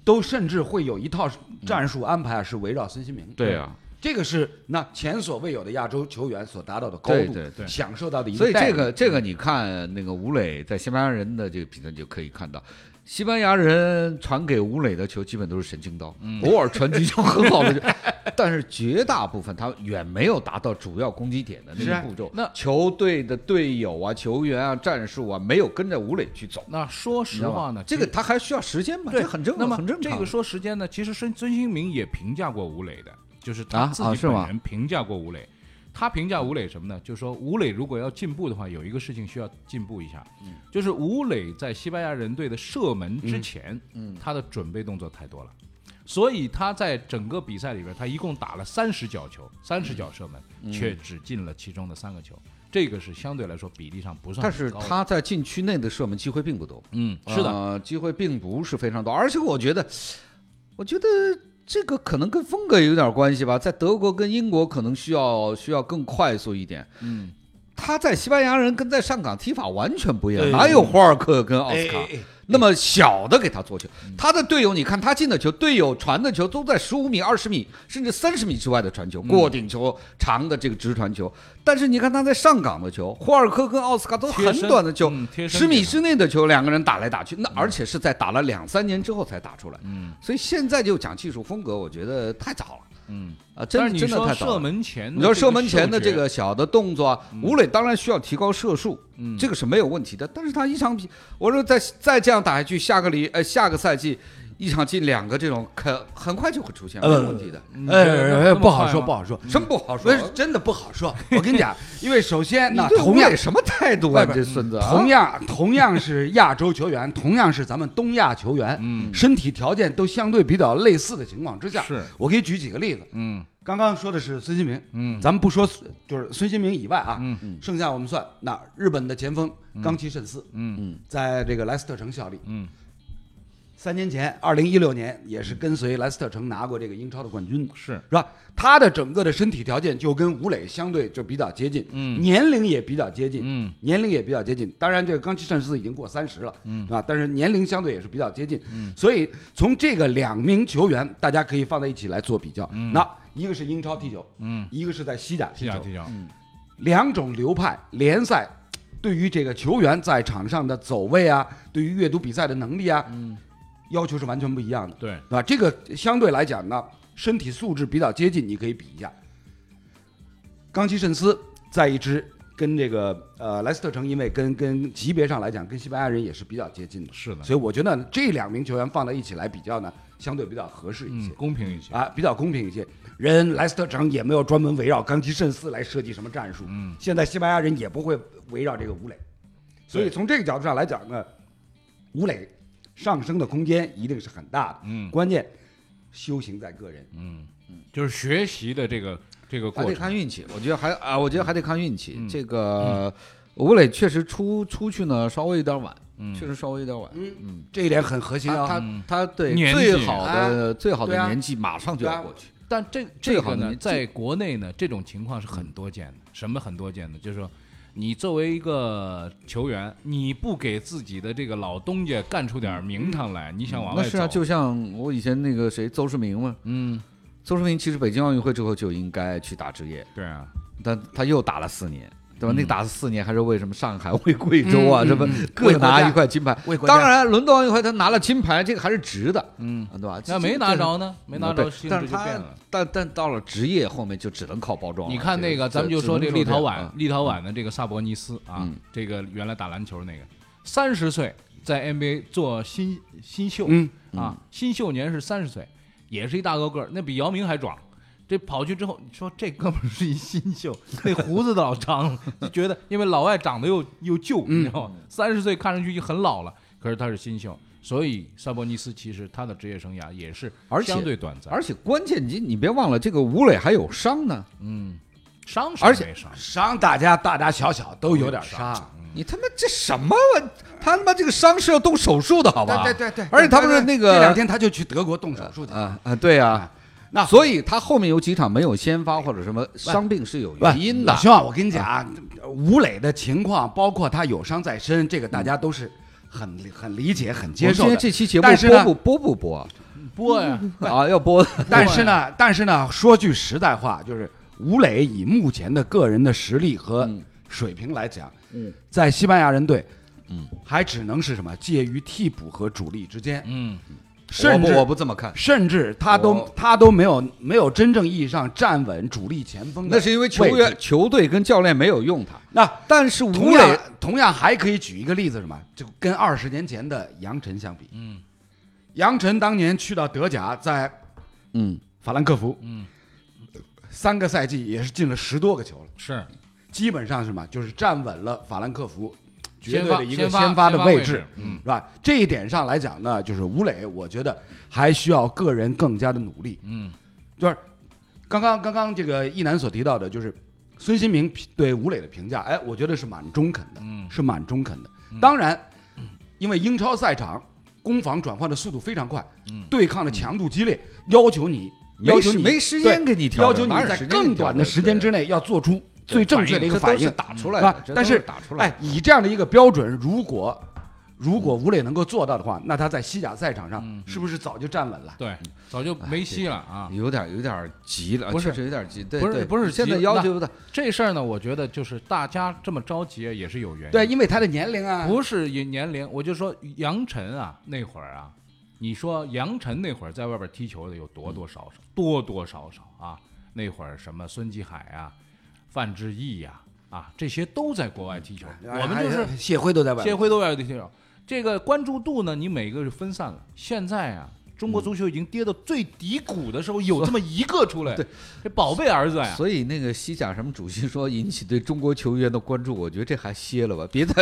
C: 都甚至会有一套战术安排啊，是围绕孙兴民。嗯
B: 对啊，
C: 这个是那前所未有的亚洲球员所达到的高
B: 对
C: 度，
B: 对对
C: 享受到的一
B: 所以
C: 待
B: 这
C: 遇
B: 个这个你看那个吴磊在西班牙人的这个比赛你就可以看到。西班牙人传给吴磊的球基本都是神经刀，
A: 嗯
B: 偶尔传几球很好的球，但是绝大部分他远没有达到主要攻击点的那
C: 是
B: 个
C: 啊
B: 步骤。
A: 那
B: 球队的队友啊、球员啊、战术啊，没有跟着吴磊去走。
A: 那说
B: 你知
A: 实
B: 道吧
A: 话呢，
B: 这个
A: 其
B: 他还需要时间嘛，
A: 对
B: 这很正
A: 那么
B: 很正常。
A: 这个说时间呢，其实孙孙兴民也评价过吴磊的，就是
B: 啊
A: 他自
B: 啊
A: 己
B: 是吗
A: 本人评价过吴磊。他评价吴磊什么呢？就说吴磊如果要进步的话，有一个事情需要进步一下，
B: 嗯
A: 就是吴磊在西班牙人队的射门之前，
B: 嗯
A: 他的准备动作太多了。所以他在整个比赛里边，他一共打了三十脚球，三
B: 嗯
A: 十脚射门，却只进了其中的三个球，这个是相对来说比例上不算
B: 但
A: 很
B: 是
A: 高的。
B: 他在禁区内的射门机会并不多，
A: 嗯，是的，
B: 呃机会并不是非常多，而且我觉得，我觉得这个可能跟风格有点关系吧，在德国跟英国可能需要需要更快速一点，嗯。他在西班牙人跟在上港踢法完全不一样，
A: 对哎
B: 哪有霍尔克跟奥斯卡那么小的给他做球？
A: 嗯
B: 他的队友，你看他进的球，队友传的球都在十五米、二十米甚至三十米之外的传球，
A: 嗯
B: 过顶球、长的这个直传球。但是你看他在上港的球，霍尔克跟奥斯卡都
A: 贴
B: 很
A: 身
B: 短的球，
A: 嗯贴身
B: 十米
A: 给他
B: 之内的球，两个人打来打去，那而且是在打了两三年之后才打出来，
A: 嗯
B: 所以现在就讲技术风格，我觉得太早了
A: 嗯。
B: 啊，
A: 但
B: 真
A: 是你
B: 真的
A: 说
B: 太早
A: 射
B: 了。
A: 门前的
B: 你说
A: 这
B: 射
A: 个
B: 门前的
A: 嗅觉
B: 这个小的动作啊，吴磊当然需要提高射术，
A: 嗯
B: 这个是没有问题的。但是他一场比，我说再再这样打下去，下个礼呃下个赛季一场进两个这种，可很快就会出现没有问题的，
A: 你觉
C: 哎
A: 得
C: 哎
A: 那
C: 哎，
A: 么
C: 不好
A: 快
C: 说，
A: 吗
C: 不好说，
B: 真不好
C: 不
B: 说。
C: 是真的不好 说。我跟你讲，因为首先
B: 你
C: 呢，
B: 对吴
C: 同样
B: 磊什么态度啊？
C: 不
B: 你这孙子啊，
C: 同样同样是亚洲球员， 同样是咱们东亚球员，
A: 嗯
C: 身体条件都相对比较类似的情况之下，
A: 是
C: 我给你举几个例子。
A: 嗯
C: 刚刚说的是孙兴民，
A: 嗯
C: 咱们不说就是孙兴民以外啊，
A: 嗯
C: 剩下我们算那日本的前锋冈崎慎司，
A: 嗯
C: 在这个莱斯特城效力，
A: 嗯
C: 三年前，二零一六年也是跟随莱斯特城拿过这个英超的冠军的，
A: 是
C: 是吧？他的整个的身体条件就跟吴磊相对就比较接近，
A: 嗯
C: 年龄也比较接近，
A: 嗯
C: 年龄也比较接近。当然，这个冈崎慎司已经过三十了，
A: 嗯
C: 啊，但是年龄相对也是比较接近，所以从这个两名球员，大家可以放在一起来做比较。那一个是英超踢球，
A: 嗯，
C: 一个是在西甲
A: 踢
C: 踢球
A: 脚，踢脚，
B: 嗯
C: 两种流派联赛对于这个球员在场上的走位啊，对于阅读比赛的能力啊，
A: 嗯
C: 要求是完全不一样的，
A: 对，
C: 对吧？这个相对来讲呢，身体素质比较接近，你可以比一下。冈崎慎司在一支跟这个呃莱斯特城，因为跟跟级别上来讲，跟西班牙人也是比较接近的，
A: 是的，
C: 所以我觉得这两名球员放在一起来比较呢，相对比较合适一些。
A: 嗯，公平一些，
C: 啊，比较公平一些。人莱斯特城也没有专门围绕冈崎慎司来设计什么战术，
A: 嗯，
C: 现在西班牙人也不会围绕这个吴磊，所以
A: 对
C: 从这个角度上来讲呢，吴磊上升的空间一定是很大的，
A: 嗯
C: 关键修行在个人，
A: 嗯，就是学习的这个这个过
B: 还得
A: 程，
B: 看运气，我觉得还啊，我觉得还得看运气。
A: 嗯
B: 这个吴磊确实出出去呢，稍微有点晚，
A: 嗯
B: 确实稍微有点晚。
C: 嗯，这一点很核心
B: 他
C: 啊。
B: 他他对
A: 年纪
B: 最好的
C: 啊
B: 最好的
C: 对啊
B: 年纪马上就
C: 对
B: 要
C: 啊
B: 过去，
A: 但这
B: 最
A: 这
B: 好
A: 个
B: 的
A: 呢，
B: 年纪
A: 在国内呢，这种情况是很多见的。什么很多见的？就是说，你作为一个球员，你不给自己的这个老东家干出点名堂来，你想往
B: 那
A: 外
B: 是
A: 走，
B: 啊，就像我以前那个谁邹市明嘛，
A: 嗯，
B: 邹市明其实北京奥运会之后就应该去打职业，
A: 对啊，
B: 但他又打了四年，对吧？
A: 嗯
B: 那打了四年还是为什么上海、为贵州啊，什么 各
C: 为国
B: 拿
C: 家
B: 一块金牌
C: 为？国家
B: 当然，伦敦奥运会他拿了金牌，这个还是值的，啊
A: 嗯，
B: 对吧？
A: 那没
B: 这
A: 拿
B: 这
A: 着呢，没拿
B: 对
A: 着，性
B: 但
A: 质
B: 是
A: 就
B: 他
A: 变了。
B: 但但到了职业后面就只能靠包装了。
A: 你看那个，
B: 这嗯
A: 咱们就说这个立陶宛，
B: 只
A: 立陶宛的这个萨博尼斯啊，
B: 嗯
A: 这个原来打篮球那个，三十岁在 NBA 做新新秀，
C: 嗯
A: 啊，新秀年是三十岁，也是一大高个儿，那比姚明还壮。这跑去之后，你说这哥们儿是一新秀，那胡子都老长了， 就觉得因为老外长得又又旧，你知道
B: 嗯
A: 吗？三十岁看上去就很老了，可是他是新秀，所以萨博尼斯其实他的职业生涯也是
B: 而且
A: 相对短暂，
B: 而且关键你你别忘了，这个吴磊还有伤呢。
A: 伤
B: 而
A: 是
B: 且
A: 没伤，
C: 伤大家大大小小都有
A: 有
C: 点
A: 点
C: 伤，
B: 你他妈这什么玩？他他妈这个伤是要动手术的好吧？
C: 对对对对。
B: 而且他不是
C: 对对
B: 那个
C: 这两天他就去德国动手术去了，
B: 啊啊，对啊。
C: 那
B: 所以他后面有几场没有先发或者什么伤病是有原因的
C: 老。兄啊，我跟你讲啊，吴磊的情况，包括他有伤在身，这个大家都是很很理解、很接受
B: 我
C: 的。
B: 们今天这期节目
C: 但是
B: 播
C: 呢
B: 不播不播
A: 播呀，
B: 啊？要播的，
C: 但是呢，但是呢，说句实在话，就是吴磊以目前的个人的实力和水平来讲，
B: 嗯
C: 在西班牙人队，嗯，还只能是什么介于替补和主力之间，
A: 嗯，
B: 我
C: 甚
B: 不
C: 至
B: 我不这么看。
C: 甚至他都
B: 我
C: 他都没有没有真正意义上站稳主力前锋的
B: 那
C: 位置。
B: 是因为球员球队跟教练没有用他。
C: 那
B: 但是
C: 同
B: 吴
C: 样
B: 磊，
C: 同样还可以举一个例子，什么？就跟二十年前的杨晨相比，
A: 嗯，
C: 杨晨当年去到德甲，在
B: 嗯
C: 法兰克福，
A: 嗯，
C: 三个赛季也是进了十多个球了，
A: 是
C: 基本上是什么？就是站稳了法兰克福绝
A: 先
C: 对
A: 发
C: 的一个
A: 先发
C: 先发的
A: 先发位
C: 置
A: 置，嗯
C: 是吧？这一点上来讲呢，就是吴磊，我觉得还需要个人更加的努力。
A: 嗯，
C: 就是刚刚刚刚这个一楠所提到的，就是孙兴民评对吴磊的评价，哎，我觉得是蛮中肯的，
A: 嗯
C: 是蛮中肯的。当然，因为英超赛场攻防转换的速度非常快，
A: 嗯
C: 对抗的强度激烈，要求你要
B: 没
C: 求
B: 时
C: 你
B: 没时间给你调
C: 要求
B: 整，
C: 你
B: 哪有
C: 在
B: 时间给
C: 更
B: 你调
C: 短的
B: 整
C: 时间
B: 对
C: 之内要做出最正确的一个
B: 这
C: 反
B: 都
C: 应
B: 是。打出来
C: 是吧
B: 的，这都
C: 但是
B: 打出来
C: 哎
B: 的，，
C: 以这样的一个标准，如果如果吴磊能够做到的话，那他在西甲赛场
B: 嗯
C: 上是不是早就站稳了？
A: 对，早就没戏了啊。
B: 有点有点急了，
A: 不是
B: 确实有点急，对
A: 不是
B: 对
A: 不是
B: 现在
A: 急
B: 要
A: 那
B: 求的
A: 这事儿呢，我觉得就是大家这么着急也是
B: 嗯
A: 有原因。
C: 对，，因为他的年龄啊，
A: 不是以年龄，我就说杨晨啊，那会儿啊，你说杨晨那会儿在外边踢球的有多多少少，多多少少啊？那会儿什么孙继海啊、范志毅呀啊这些都在国外踢球，
C: 哎
A: 我们就是
C: 还谢辉都在外
A: 协
C: 面，
A: 会都外踢球。这个关注度呢，你每个是分散了。现在啊，中国足球已经跌到最低谷的时候，有这么一个出来，
B: 对，
A: 这宝贝儿子呀，
B: 所以那个西甲什么主席说引起对中国球员的关注，我觉得这还歇了吧，别 再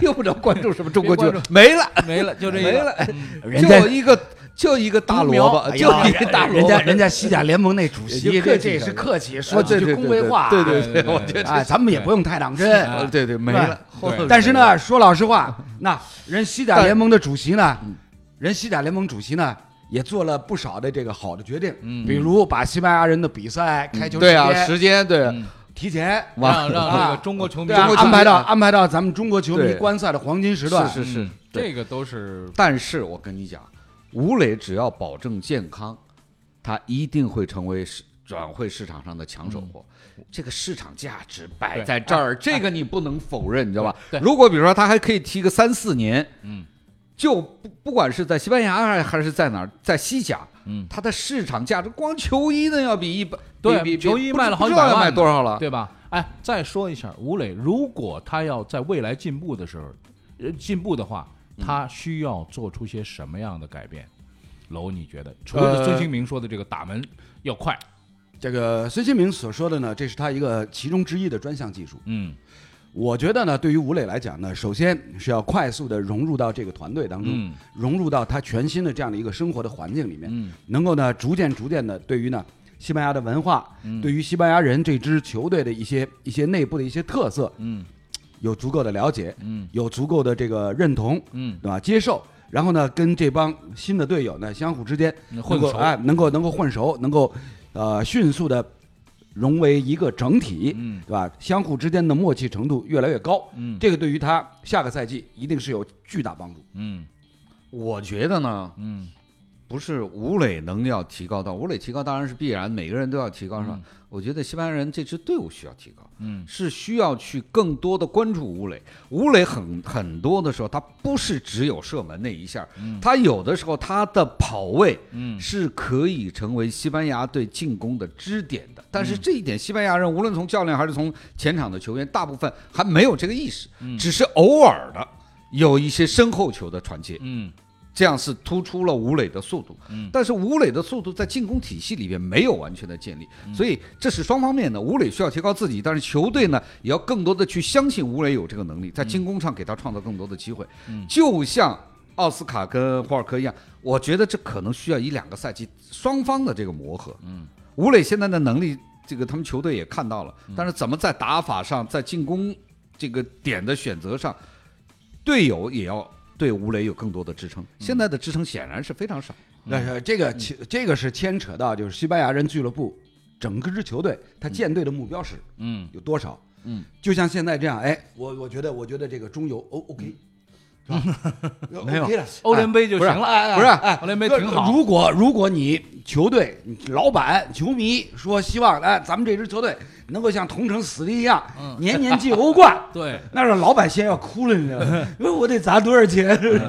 B: 又不知道关注什么中国
A: 别
B: 球
A: 关
B: 没了，
A: 没了，就这一
B: 没
A: 个
B: 了，哎嗯
C: 人家
B: 就一个就一个大萝卜，
C: 哎
B: 就
C: 呀
B: 一个大
C: 人
B: 萝卜
C: 家。人家西甲联盟那主
B: 也
C: 席，
B: 就客
C: 这
B: 气一
C: 这
B: 下
C: 是客气，说几
B: 哦对
C: 句
B: 对
C: 恭维
B: 对
C: 话，
B: 对对
A: 对
B: 对，
A: 对
B: 我觉得
C: 哎，咱们也不用太当真。
A: 啊
B: 呃对对没了。后头
A: 对
C: 但是呢，说老实 话，那人西甲
B: 但
C: 联盟的主席呢，
B: 嗯
C: 人西甲联盟主席呢，也做了不少的这个好的决定，
A: 嗯
C: 比如把西班牙人的比赛开球时
B: 对啊，
C: 间
B: 时间对
A: 嗯
C: 提前，
A: 让让这
C: 啊
A: 个中国球迷
C: 对啊
B: 中国球迷
C: 安排到
B: 啊
C: 安排到咱们中国球迷
B: 对
C: 观赛的黄金时段。
B: 是是
A: 嗯
B: 对
A: 这个都是
B: 但是我跟你讲，吴磊只要保证健康，他一定会成为市转会市场上的抢
A: 嗯
B: 手货。这个市场价值摆在这儿，这个你不能否认，你知道吧
A: 哎对？对
B: 如果比如说他还可以踢个三四年，
A: 嗯，
B: 就不不管是在西班牙还还是在哪儿，在西甲，
A: 嗯，
B: 他的市场价值光球衣呢要比一般，
A: 对
B: 比比
A: 球衣卖了好几
B: 不知道
A: 百
B: 要
A: 万
B: 卖多少了？
A: 对吧？哎，再说一下，吴磊，如果他要在未来进步的时候，呃，进步的话，
B: 嗯
A: 他需要做出些什么样的改变？楼，你觉得除了
C: 呃
A: 孙兴民说的这个打门要快，
C: 这个孙兴民所说的呢，这是他一个其中之一的专项技术。
A: 嗯
C: 我觉得呢，对于吴磊来讲呢，首先是要快速的融入到这个团队当中，
A: 嗯
C: 融入到他全新的这样的一个生活的环境里面，
A: 嗯
C: 能够呢逐渐逐渐的对于呢西班牙的文化，
A: 嗯
C: 对于西班牙人这支球队的一些一些内部的一些特色
A: 嗯
C: 有足够的了解，
A: 嗯
C: 有足够的这个认同，
A: 嗯，
C: 对吧？接受，然后呢跟这帮新的队友呢相互之间
A: 混
C: 能够
A: 熟
C: 哎，能够能够混熟，能够呃迅速的融为一个整体，
A: 嗯
C: 对吧？相互之间的默契程度越来越高，
A: 嗯
C: 这个对于他下个赛季一定是有巨大帮助。
A: 嗯
B: 我觉得呢，
A: 嗯
B: 不是吴磊能要提高到，吴磊提高当然是必然，每个人都要提高，是吧？我觉得西班牙人这支队伍需要提高，
A: 嗯，
B: 是需要去更多的关注吴磊。吴磊很很多的时候，他不是只有射门那一下，他有的时候他的跑位，
A: 嗯
B: 是可以成为西班牙队进攻的支点的。但
A: 嗯
B: 是这一点，西班牙人无论从教练还是从前场的球员，大部分还没有这个意识，
A: 嗯
B: 只是偶尔的有一些身后球的传切，
A: 嗯
B: 这样是突出了吴磊的速度，
A: 嗯
B: 但是吴磊的速度在进攻体系里边没有完全的建立，所以这是双方面的。吴磊需要提高自己，但是球队呢也要更多的去相信吴磊有这个能力，在进攻上给他创造更多的机会。就像奥斯卡跟霍尔克一样，我觉得这可能需要一两个赛季双方的这个磨合。嗯，吴磊现在的能力，这个他们球队也看到了，但是怎么在打法上，在进攻这个点的选择上，队友也要对吴磊有更多的支撑。现在的支撑显然是非常少。
C: 但是这
A: 嗯
C: 个其这个是牵扯到就是西班牙人俱乐部整个支球队他建队的目标是
A: 嗯
C: 有多少？
B: 嗯，
C: 就像现在这样，哎，我我觉得我觉得这个中游 O OK，是吧？哦
B: 没有
C: OK 了，
A: 嗯欧联杯就行了，哎哎
B: 不是
A: 哎欧联杯挺好，
C: 如果如果你球队你老板、球迷说希望哎，咱们这支球队能够像同城死敌一样，
A: 嗯
C: 年年进欧冠，
A: 对，
C: 那让老板先要哭了，你知道 吗？因为我得砸多少钱？
A: 嗯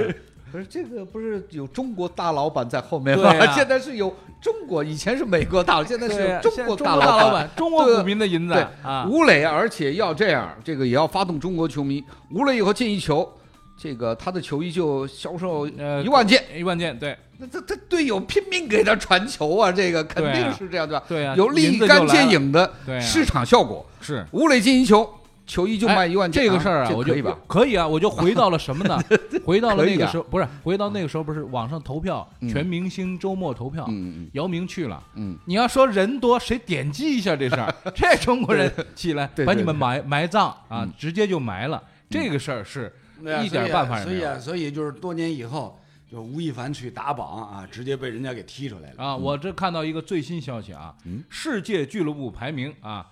B: 不是这个，不是有中国大老板在后面
A: 对啊
B: 现在是有中国，以前是美国大，现在是
A: 对
B: 有
A: 呀
B: 中
A: 现在
B: 国
A: 中国
B: 老
A: 大老板，中国股民的银子
B: 对
A: 啊，
B: 吴磊，而且要这样，这个也要发动中国球迷。吴磊以后进一球，这个他的球衣就销售
A: 呃
B: 一万件，
A: 一万件，对
B: 那他他队友拼命给他传球啊，这个肯
A: 对啊
B: 定是这样对吧？
A: 对啊，
B: 有
A: 银
B: 立
A: 子就
B: 竿
A: 来
B: 见
A: 了，
B: 影的
A: 对啊
B: 市场效果，
A: 是
B: 吴磊进一球，球衣就卖一万件，
A: 哎这个事儿
B: 啊，
A: 我
B: 这
A: 就
B: 可以吧？
A: 可以啊，我就回到了什 么呢？回到了
B: 可
A: 那
B: 以
A: 个
B: 啊嗯
A: 时候，不是回到那个时候，不是网上投票，全明星周末投票，
B: 嗯嗯
A: 姚明去了。
B: 嗯，
A: 你要说人多，谁点击一下这事 儿？这中国人起来
B: 对
A: 把
B: 对
A: 你们埋埋葬啊
B: 嗯，
A: 直接就埋了。这个事儿是
C: 对啊
A: 一点办法也
C: 所
A: 没
C: 以
A: 有
C: 啊，所以就是多年以后，就吴亦凡去打榜啊，直接被人家给踢出来了。
B: 嗯
A: 啊，我这看到一个最新消息啊，世界俱乐部排名啊，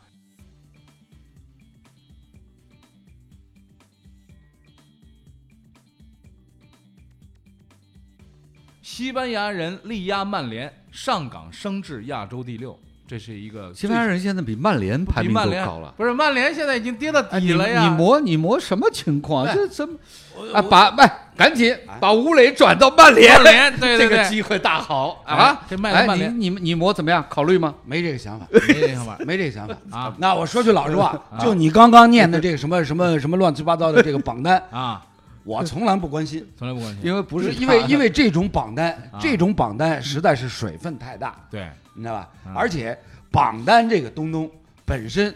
A: 西班牙人力压曼联，上港升至亚洲第六，这是一个
B: 西班牙
A: 最
B: 人现在比曼联排
A: 比
B: 名
A: 曼
B: 都
A: 联
B: 高了。
A: 不是曼联现在已经跌到
B: 哎，
A: 底
B: 你
A: 了呀？
B: 你磨你磨什么情况？
A: 哎
B: 这怎么
C: 我
B: 啊？
C: 我
B: 把哎，赶紧把吴磊转到曼联，
A: 曼联对对
B: 这个
A: 对
B: 机会大好
A: 哎
B: 啊！
A: 这卖了
B: 哎
A: 曼联
B: 你你们你磨怎么样？考虑吗？
C: 没这个 想法，
A: 没这想法
C: 没这个想法
A: 啊。
C: 那我说句老实话
A: 啊，，
C: 就你刚刚念的这个什么什么什么乱七八糟的这个榜单
A: 啊，
C: 我从来不关心。
A: 从来不关心。
B: 因为不是
C: 因为
B: 他
C: 因为这种榜单
A: 啊，
C: 这种榜单实在是水分太大，
A: 对，
C: 你知道吧
A: 啊？
C: 而且榜单这个东东本身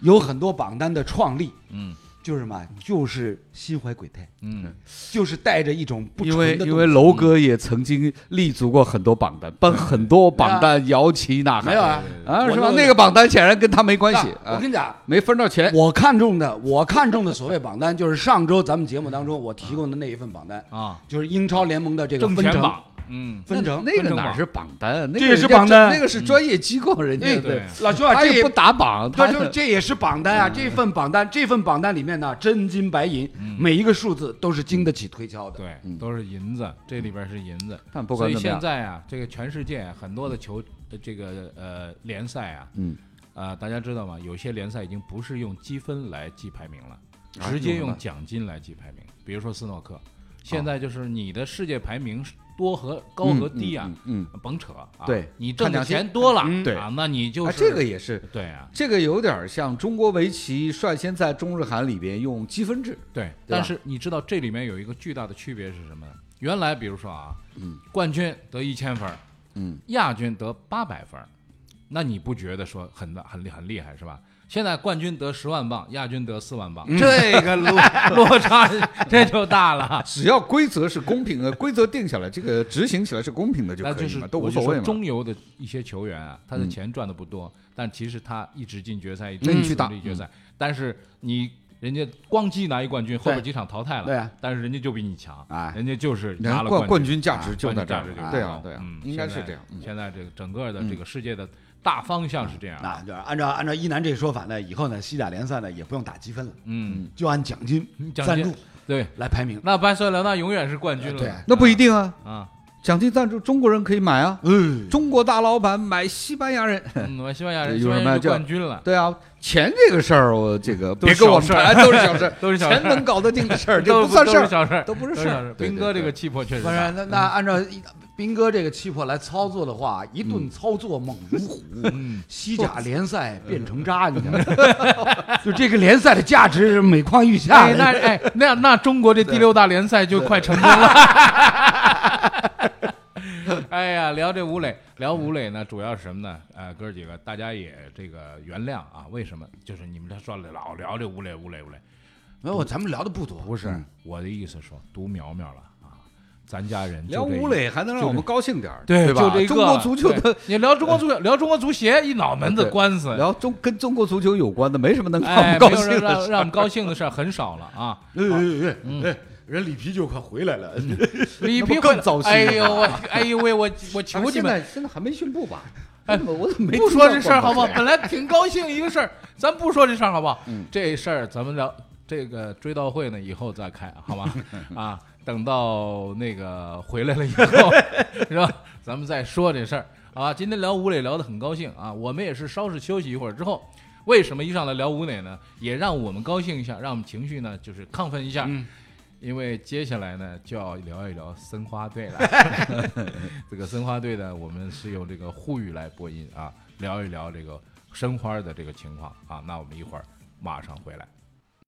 C: 有很多榜单的创立，
A: 嗯
C: 就是嘛，就是心怀鬼胎，
A: 嗯，
C: 就是带着一种不
B: 因为
C: 纯的
B: 因为楼哥也曾经立足过很多榜单，帮很多榜单摇旗呐喊。
C: 没有啊
A: 对对
B: 啊，
C: 我
B: 是吧？
C: 就
B: 那个榜单显然跟他没关
C: 东西
B: 系
C: 那我
B: 啊，
C: 跟你讲，
B: 没分到钱。
C: 我看中的我看中的所谓榜单，就是上周咱们节目当中我提供的那一份榜单，
A: 啊，
C: 就是英超联盟的这个
A: 挣
C: 分
A: 钱
C: 成。
A: 榜，嗯，
C: 分成
B: 那
A: 分
B: 个
A: 成
B: 哪
A: 榜
B: 是榜单？那
C: 这
B: 个
C: 也是
B: 人家
C: 榜单
B: 这那个是专业机构，人家
C: 哎
A: 对
B: 对，
C: 老徐啊，
B: 他
C: 这
B: 也不
C: 也
B: 打榜，他嗯
C: 这就这也是榜单啊，这份榜单这份榜单里面呢，真金白银，每一个数字都是经得起推敲的。
A: 对，
B: 嗯
A: 都是银子，这里边是银子。
B: 但不
A: 所
B: 管
A: 以
B: 怎么
A: 现
B: 样，
A: 在啊，这个全世界很多的球，呃这个呃联赛啊，
B: 嗯，
A: 呃，大家知道吗？有些联赛已经不是用积分来计排名了，
B: 啊
A: 直接用奖金来计排名。比如说斯诺克，现在就是你的世界排名是多和高和低啊，
B: 哦嗯，
A: 甭扯啊。
B: 对
A: 你挣
B: 看
A: 的
B: 奖金
A: 钱多了，
B: 嗯对
A: 啊，那你
B: 嗯
A: 就
B: 啊，
A: 是
B: 这个也是，
A: 对啊，
B: 这个有点像中国围棋率先在中日韩里边用积分制，
A: 对。
B: 对吧
A: 但是你知道这里面有一个巨大的区别是什么呢？原来比如说啊，
B: 嗯，
A: 冠军得一千分儿，
B: 嗯，
A: 亚军得八百分儿，那你不觉得说很很很厉害是吧？现在冠军得十万镑，亚军得四万镑，
B: 嗯
A: 这个 落落差这就大了。
B: 只要规则是公平的，规则定下来，这个执行起来是公平 的就
A: 那
B: 可
A: 就
B: 以
A: 是
B: 嘛，都
A: 我
B: 无
A: 就
B: 所谓
A: 说
B: 嘛。嗯
A: 中游的一些球员啊，他的钱赚的不多，但其实他一直进决赛，一
B: 嗯
A: 直
B: 去打
A: 力决赛。但是你人家光击拿一冠军，后边几场淘
B: 嗯
A: 汰了，
C: 对啊
A: 但是人家就比你强，
C: 哎
A: 人家就是
B: 然
A: 拿
B: 后
A: 了
B: 冠
A: 冠
B: 冠军价值就在
A: 冠军
B: 这
A: 价值就
B: 儿嘛，
A: 是
B: 对
A: 这
B: 啊
A: 样
B: 对啊
A: 嗯，
B: 应该是
A: 现在
B: 这样。嗯
A: 现在这个整个的这个世界的大方向是这样啊，
C: 啊，就是按照按照一楠这说法呢，以后呢，西甲联赛呢也不用打积分了，
A: 嗯，
C: 就按奖金
A: 奖
C: 赞
A: 金
C: 助
A: 对，
C: 来排名。
A: 那巴塞罗那永远是冠军了，
C: 对啊
B: 那不一
A: 定
B: 定啊，
A: 啊。
B: 奖金赞助中国人可以买啊，
C: 嗯，
B: 中国大老板买西班牙人，
A: 嗯，我西班牙人，西
B: 有
A: 班牙
B: 人卖
A: 人就
B: 叫
A: 冠军了，
B: 对啊，钱这个事儿，我这个
A: 都
B: 别
A: 是
B: 跟我
A: 小事儿，
B: 谈，都是小事儿
A: 都是小事儿
B: 钱能搞得定的 事儿，这
A: 都
B: 不算事
A: 都是
B: 儿，
A: 小事儿，
B: 都不是
A: 都是
B: 事儿
A: 小。
B: 对
A: 兵哥这个，
B: 对
A: 气魄确实
C: 不
A: 大
C: 然，那那按照一斌哥这个气魄来操作的话，一顿
B: 嗯
C: 操作猛如 虎，
A: 嗯，
C: 西甲联赛变成渣，你知道吗？ 就这个联赛的价值是每况愈下
A: 哎，
C: 的。
A: 那哎，那那中国这第六大联赛就快成功了。哎呀，聊这吴磊，聊吴磊呢，主要是什么呢？呃，哥儿几个，大家也这个原谅啊。为什么？就是你们这说老聊这吴磊，吴磊，吴磊，
C: 没哎有，咱们聊的不多，不
A: 是、
B: 嗯
A: 我的意思说，读苗苗了啊，咱家人
B: 聊
A: 就这一
B: 吴磊还能让我们高兴点儿，
A: 对
B: 对吧？
A: 就这一个
B: 中国足球的
A: 对你聊中国足球，聊中国足协，一脑门子官司。
B: 聊中跟中国足球有关的，没什么能让我
A: 哎，没
B: 们高
A: 有
B: 兴
A: 人
B: 的
A: 让
B: 事
A: 让我
B: 儿。
A: 们高兴的事儿很少了啊。
C: 哎哎哎哎，人里皮就快回来了。
A: 李
B: 那
A: 皮
B: 不更
A: 会
B: 糟心
A: 哎
B: 吗
A: 呦我，哎呦喂，我我求你
B: 现
A: 们
B: 在现在还没宣布吧？
A: 哎
B: 我怎么 我怎么没
A: 不
B: 听
A: 说
B: 到
A: 这事儿好不
B: 广播
A: 好？
B: 呀
A: 本来挺高兴一个事儿，咱不说这事儿好不好？
B: 嗯
A: 这事儿咱们聊这个追悼会呢，以后再开好 吗？啊，等到那个回来了以后，是吧？咱们再说这事儿啊。今天聊吴磊聊得很高兴啊，我们也是稍事休息一会儿之后。为什么一上来聊吴磊呢？也让我们高兴一下，让我们情绪呢就是亢奋一下，因为接下来呢就要聊一聊申花队了。这个申花队呢，我们是由这个沪语来播音啊，聊一聊这个申花的这个情况啊。那我们一会儿马上回来。